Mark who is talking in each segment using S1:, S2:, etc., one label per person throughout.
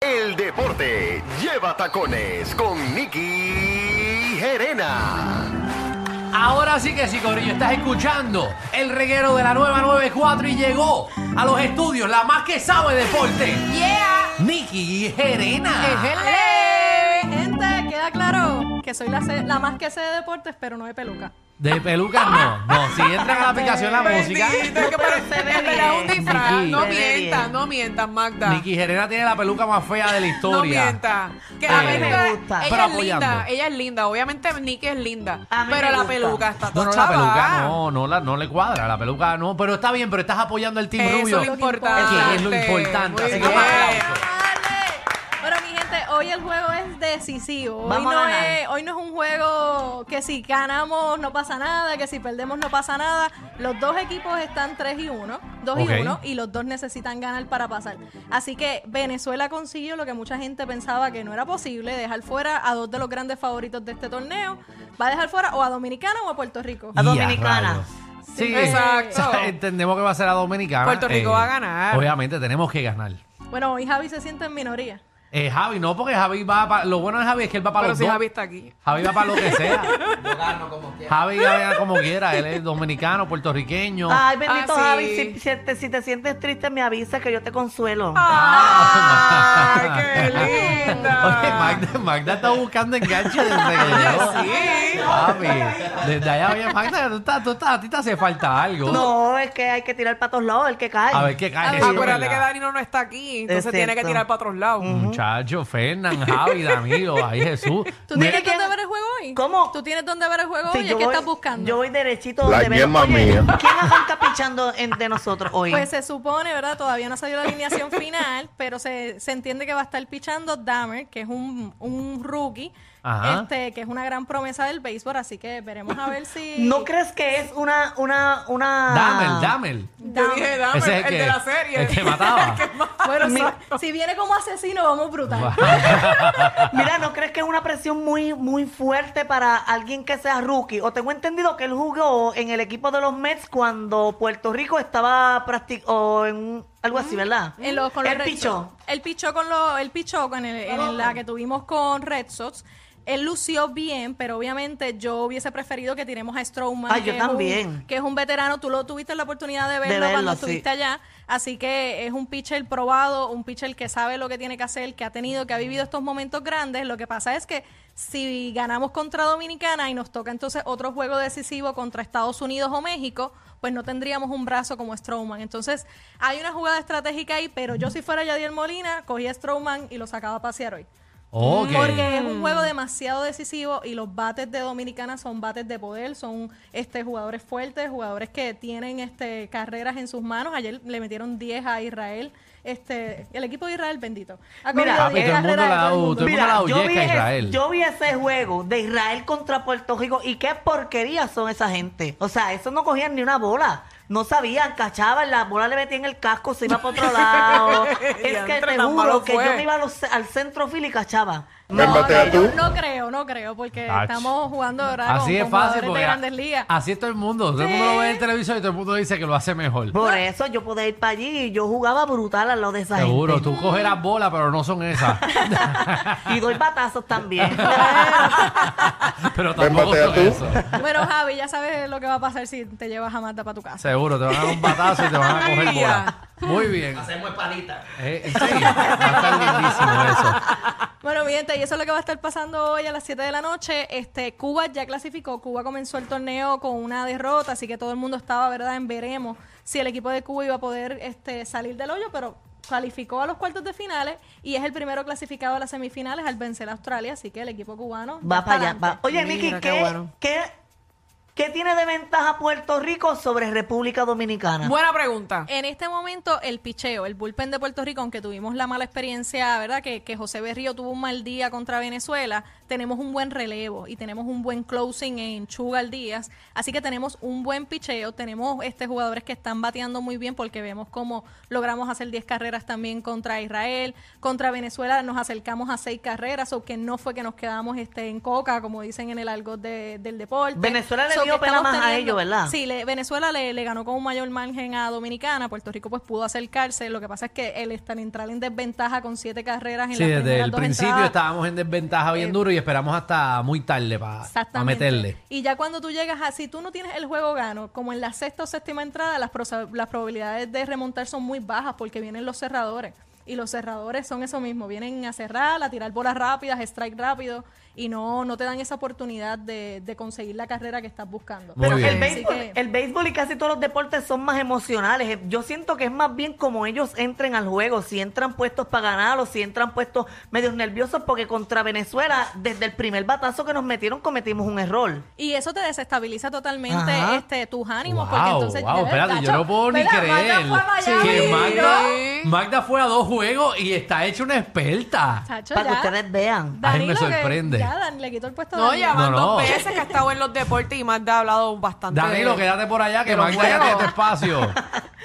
S1: El deporte lleva tacones con Nicky Gerena.
S2: Ahora sí que sí, Corillo, estás escuchando el reguero de la nueva 94 y llegó a los estudios la más que sabe deporte.
S3: Yeah.
S2: Nikki Gerena.
S3: Hey, gente, queda claro que soy la, se- la más que sé de deportes, pero no de peluca.
S2: De pelucas no. No, si entran a la aplicación la música.
S4: Bendito, que parece
S3: ve
S4: era un
S3: bien.
S4: disfraz.
S2: Nikki.
S4: No
S3: Se ve
S4: mientas,
S3: bien.
S4: no mientas, Magda.
S2: Nikki Gerena tiene la peluca más fea de la
S4: no
S2: historia.
S4: mientas. Que
S2: Eh,
S4: a mí
S3: me gusta.
S4: Ella
S2: Pero
S4: es
S2: apoyando.
S4: linda, ella es linda. Obviamente Nikki es linda.
S3: A mí
S4: Pero
S3: me
S4: la
S3: gusta.
S4: peluca está
S2: No,
S4: toda
S2: no, la peluca
S4: chavada.
S2: no, no, la, no le cuadra, la peluca no, pero está bien, pero estás apoyando al Team
S4: Eso
S2: Rubio.
S4: es lo importante.
S2: Que es lo importante. Así
S4: Muy
S2: que
S4: bien.
S2: un aplauso.
S3: Bueno, mi gente, hoy el juego es decisivo. Hoy
S5: Vamos a
S3: no,
S5: ganar.
S3: es, hoy no es un juego que si ganamos no pasa nada, que si perdemos no pasa nada. Los dos equipos están 3 y 1, 2
S2: Ok.
S3: y 1, y los dos necesitan ganar para pasar. Así que Venezuela consiguió lo que mucha gente pensaba que no era posible, dejar fuera a dos de los grandes favoritos de este torneo. Va a dejar fuera o a Dominicana o a Puerto Rico.
S5: A
S2: Y
S5: Dominicana.
S2: rayos. Sí,
S4: Exacto.
S2: o sea, Entendemos que va a ser a Dominicana. Eh,
S4: Puerto Rico va a ganar.
S2: Obviamente, tenemos que ganar.
S3: Bueno, hoy Javi se siente en minoría.
S2: Eh, Javi, no, porque Javi va para. Lo bueno de Javi es que él va para
S4: Pero
S2: los
S4: si
S2: dos.
S4: Javi está aquí.
S2: Javi va para lo que sea. Javi gana como quiera. Él es dominicano, puertorriqueño.
S5: Ay, bendito
S4: Ah, sí.
S5: Javi, si, si te, si te sientes triste me avisas que yo te consuelo.
S3: Ah,
S4: ¡Ay, qué linda!
S2: Oye, Ah. Magda, Magda está buscando enganche desde que llegó.
S4: Sí.
S2: Javi, desde allá, oye, Magda, tú estás, tú estás, a ti te hace falta algo.
S5: No, es que hay que tirar para todos lados, el que cae.
S2: A ver qué cae. eso es
S4: Acuérdate que
S2: verdad.
S4: Danilo no está aquí, entonces
S5: Es
S4: tiene que
S5: cierto.
S4: tirar para otros lados.
S2: Muchacho, Fernán, Javi, Danilo, ay Jesús.
S3: ¿Tú
S2: Mira-
S3: tienes dónde ver el juego hoy?
S5: ¿Cómo?
S3: ¿Tú tienes dónde ver el juego
S5: Sí,
S3: hoy? ¿Y
S5: yo
S3: qué
S5: voy-
S3: estás buscando?
S5: Yo voy derechito
S1: La
S5: donde
S1: yema
S5: Oye,
S1: mía.
S5: ¿Quién arranca pichando en- de nosotros hoy?
S3: Pues se supone, ¿verdad? Todavía no salió la alineación final, pero se, se entiende que va a estar pichando Dahmer, que es un, un rookie,
S2: Ajá.
S3: este, que es una gran promesa del béisbol, así que veremos a ver si...
S5: ¿No crees que es una, una, una...
S2: Damel, Damel.
S4: Yo dije, dame,
S2: Ese
S4: el,
S2: es el que-
S4: de la serie.
S2: el que mataba.
S4: El que mataba.
S3: Bueno, si, si viene como asesino, vamos brutal.
S5: Mira, ¿no crees que es una presión muy, muy fuerte para alguien que sea rookie? O tengo entendido que él jugó en el equipo de los Mets cuando Puerto Rico estaba practic o en un- algo así, ¿verdad?
S3: Mm, En los- con los
S5: él
S3: Red Sox.
S5: pichó.
S3: Él pichó con los, él pichó con el- en la que tuvimos con Red Sox. Él lució bien, pero obviamente yo hubiese preferido que tiremos a Strowman.
S5: Ay, Ah, yo
S3: que es un-
S5: también.
S3: que es un veterano. Tú lo tuviste la oportunidad de verlo,
S5: verlo,
S3: cuando
S5: sí.
S3: estuviste allá. Así que es un pitcher probado, un pitcher que sabe lo que tiene que hacer, que ha tenido, que ha vivido estos momentos grandes. Lo que pasa es que si ganamos contra Dominicana y nos toca entonces otro juego decisivo contra Estados Unidos o México, pues no tendríamos un brazo como Strowman. Entonces, hay una jugada estratégica ahí, pero yo si fuera Yadier Molina, cogía a Strowman y lo sacaba a pasear hoy.
S2: Ok.
S3: Porque es un juego demasiado decisivo y los bates de Dominicana son bates de poder, son este jugadores fuertes, jugadores que tienen este carreras en sus manos. Ayer le metieron 10 a Israel. Este, el equipo de Israel bendito. Ha corrido
S5: Mira, papi,
S3: 10
S2: todo el mundo
S3: carreras
S2: la
S3: a todo el
S2: u-
S3: mundo.
S2: todo el mundo la
S5: yo, vi
S2: olleca a
S5: es-
S2: Israel.
S5: yo vi ese juego de Israel contra Puerto Rico y qué porquerías son esa gente. O sea, eso no cogían ni una bola. No sabían, cachaban, la bola le metían en el casco, se iba para otro lado. es que
S4: Diantre,
S5: te
S4: tan malo
S5: juro que
S4: fue.
S5: yo me iba a los- al centro fil y cachaba.
S3: No,
S1: Ven, batea
S3: no,
S1: tú.
S3: yo no creo, no creo, porque
S2: Ach.
S3: estamos jugando ahora
S2: Así
S3: con,
S2: es fácil
S3: con jugadores
S2: porque
S3: de grandes ligas.
S2: así es todo el mundo. Todo el mundo lo ve en el televisor y todo el mundo dice que lo hace mejor.
S5: Por eso yo podía ir para allí y yo jugaba brutal al lado de esa
S2: Seguro,
S5: gente.
S2: tú coges las bolas, pero no son esas.
S5: Y doy batazos también.
S2: pero
S1: Ven,
S2: tampoco
S1: batea
S2: son
S1: tú.
S2: eso.
S3: Bueno, Javi, ya sabes lo que va a pasar si te llevas a Marta para tu casa.
S2: Seguro, te van a dar un batazo y te van a coger
S4: Mira.
S2: Eh, bola. Muy bien. Hacemos palita. sí, va a estar lindísimo eso.
S3: Bueno, mi gente, y eso es lo que va a estar pasando hoy a las 7 de la noche. Este, Cuba ya clasificó. Cuba comenzó el torneo con una derrota, así que todo el mundo estaba, ¿verdad?, en veremos si el equipo de Cuba iba a poder este, salir del hoyo, pero calificó a los cuartos de finales y es el primero clasificado a las semifinales al vencer a Australia, así que el equipo cubano
S5: Va
S3: ya
S5: para allá.
S3: pa'lante.
S5: va. Oye,
S4: Mira,
S5: Nicky,
S4: qué
S5: ¿qué,
S4: bueno.
S5: qué, qué tiene de ventaja Puerto Rico sobre República Dominicana?
S4: Buena pregunta.
S3: En este momento, el picheo, el bullpen de Puerto Rico, aunque tuvimos la mala experiencia, ¿verdad? Que, que José Berrío tuvo un mal día contra Venezuela, tenemos un buen relevo y tenemos un buen closing en Chugal Díaz. Así que tenemos un buen picheo, tenemos este jugadores que están bateando muy bien porque vemos cómo logramos hacer 10 carreras también contra Israel, contra Venezuela nos acercamos a 6 carreras, o que no fue que nos quedamos este, en coca, como dicen en el algo del deporte.
S5: Venezuela le
S3: So,
S5: dio
S3: que
S5: pena
S3: estamos
S5: más a ellos, ¿verdad?
S3: Sí, le- Venezuela le, le ganó con un mayor margen a Dominicana, Puerto Rico pues pudo acercarse, lo que pasa es que él está al entrar en desventaja con siete carreras en
S2: Sí, desde
S3: las primeras
S2: el
S3: dos
S2: principio
S3: entradas.
S2: estábamos en desventaja bien duro y esperamos hasta muy tarde para
S3: Exactamente.
S2: meterle.
S3: Y ya cuando tú llegas a, si tú no tienes el juego gano, como en la sexta o séptima entrada, las, prosa- las probabilidades de remontar son muy bajas porque vienen los cerradores. Y los cerradores son eso mismo, vienen a cerrar, a tirar bolas rápidas, strike rápido, y no, no te dan esa oportunidad de, de conseguir la carrera que estás buscando.
S2: Muy
S5: Pero
S2: bien.
S5: el béisbol,
S3: Así que-
S5: el béisbol y casi todos los deportes son más emocionales. Yo siento que es más bien como ellos entren al juego, si entran puestos para ganar o si entran puestos medios nerviosos, porque contra Venezuela, desde el primer batazo que nos metieron, cometimos un error.
S3: Y eso te desestabiliza totalmente
S5: Ajá.
S3: este, tus ánimos.
S2: Wow,
S3: porque entonces,
S2: wow, espérate, yo no puedo ni creer que Magda, Magda fue a dos juegos y está hecha una experta.
S5: para que ustedes vean.
S2: Ay, me sorprende.
S3: ya, Dan, le quitó el puesto a
S4: No,
S3: Danilo.
S4: ya van
S2: No, no.
S4: dos veces que ha estado en los deportes y Magda ha hablado bastante.
S2: Danilo,
S4: de-
S2: quédate por allá que
S4: de los
S2: Magda ya
S4: juegos.
S2: tiene tu espacio.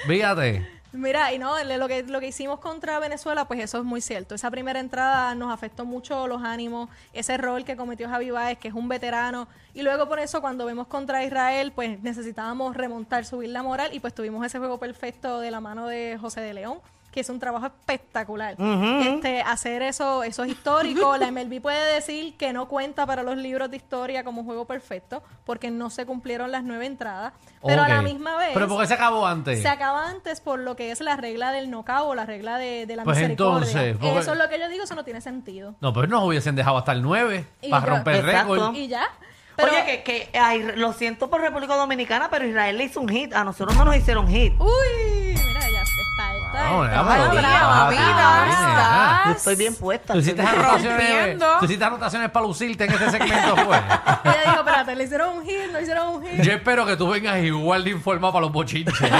S2: Fíjate.
S3: Mira, y no, le- lo que, lo que hicimos contra Venezuela, pues eso es muy cierto. Esa primera entrada nos afectó mucho los ánimos, ese error que cometió Javi Baez, que es un veterano. Y luego por eso cuando vemos contra Israel, pues necesitábamos remontar, subir la moral y pues tuvimos ese juego perfecto de la mano de José de León que es un trabajo espectacular. este, hacer eso, eso es histórico. La MLB puede decir que no cuenta para los libros de historia como juego perfecto, porque no se cumplieron las nueve entradas. Pero a la
S2: Ok.
S3: misma vez.
S2: Pero porque se acabó antes.
S3: Se acaba antes por lo que es la regla del nocao o la regla de, de la
S2: Pues
S3: misericordia.
S2: entonces, porque-
S3: Eso es lo que yo digo, eso no tiene sentido.
S2: No, pero nos hubiesen dejado hasta el 9
S3: Y
S2: para
S3: yo-
S2: romper el
S5: Exacto.
S2: récord.
S3: Y ya. Pero,
S5: Oye, que, que ay, lo siento por República Dominicana, pero Israel le hizo un hit. A nosotros no nos hicieron hit.
S3: Uy, mira, ya está. está,
S2: Vamos,
S3: está.
S2: vamos,
S3: Brava,
S4: brava,
S3: brava.
S4: brava.
S2: Ah,
S5: Yo estoy bien puesta.
S2: Tú hiciste
S5: estoy bien-
S2: anotaciones,
S4: Rompiendo.
S2: tú hiciste anotaciones para lucirte en este segmento, pues.
S3: Ella dijo, espérate, le hicieron un hit, no hicieron un hit.
S2: Yo espero que tú vengas igual de informado para los bochinches.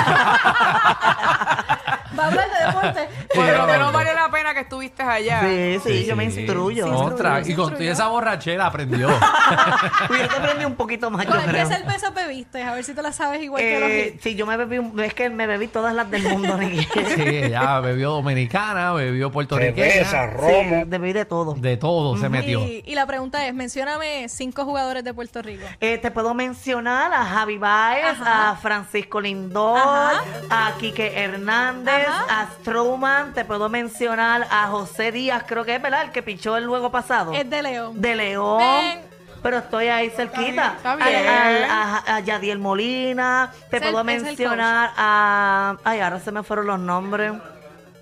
S3: Va a hablar de deporte.
S4: Por lo que no
S2: Sí,
S4: valió la pena que estuviste allá.
S5: Sí, sí, yo me instruyo.
S2: Contra,
S3: Se
S2: y con toda
S3: instruyó.
S2: esa borrachera aprendió.
S5: Uy, yo te prendí un poquito más, yo
S3: ¿Cuál qué
S5: creo.
S3: cerveza bebiste? A ver si te la sabes igual que los
S5: Eh,
S3: hits.
S5: sí, yo me bebí, un- es que me bebí todas las del mundo, Nicky.
S2: Sí, ella bebió dominicana, bebió
S6: cerveza,
S2: puertorriqueña,
S6: romo.
S5: Sí, bebí de todo.
S2: de todo se metió.
S3: Y, y la pregunta es, mencióname cinco jugadores de Puerto Rico.
S5: Eh, te puedo mencionar a Javi Baez,
S3: Ajá.
S5: a Francisco Lindor,
S3: Ajá.
S5: a Quique Hernández,
S3: Ajá.
S5: a Strowman, te puedo mencionar a José Díaz, creo que es verdad, el que pichó el juego pasado.
S3: Es de León.
S5: De León.
S3: Ven.
S5: Pero estoy ahí cerquita.
S4: Está bien, está
S5: A-
S4: bien.
S5: A, a- a Yadiel Molina, te
S3: Es el-
S5: puedo
S3: es el
S5: mencionar a... Ay, ahora se me fueron los nombres.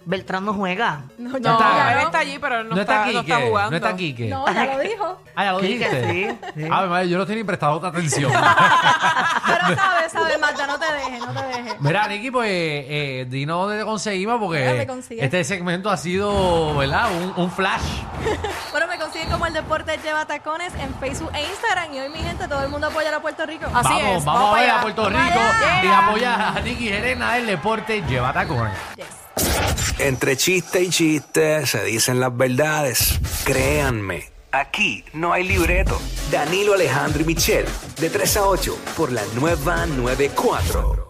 S5: Beltrán no juega.
S3: No,
S4: No,
S2: está.
S4: él está allí, pero no,
S2: No está
S4: no
S2: aquí,
S4: está jugando.
S2: No está aquí, ¿qué?
S3: No, ya lo dijo.
S2: Ah, ya lo
S5: Sí, que
S2: dijiste.
S5: sí, sí.
S2: Ah, madre, yo no tenía ni prestado otra atención.
S3: Pero sabes, sabes, Marta, no te dejes, no te dejes.
S2: Mira, Nicky, pues, eh, dinos dónde te conseguimos
S3: Mira,
S2: porque
S3: me consigues.
S2: este segmento ha sido, ¿verdad? Un, un flash.
S3: Bueno, me consiguen como el deporte lleva tacones en Facebook e Instagram. Y hoy, mi gente, todo el mundo apoyará a Puerto Rico.
S4: Así
S2: vamos,
S4: es,
S2: vamos a ver
S4: para
S2: a
S4: allá.
S2: Puerto Rico
S4: Vamos allá.
S2: y apoyar a Nicky Jerena del deporte Lleva Tacones.
S7: Entre chiste y chiste se dicen las verdades. Créanme, aquí no hay libreto. Danilo Alejandro y Michel, de 3 a 8, por la nueva 94.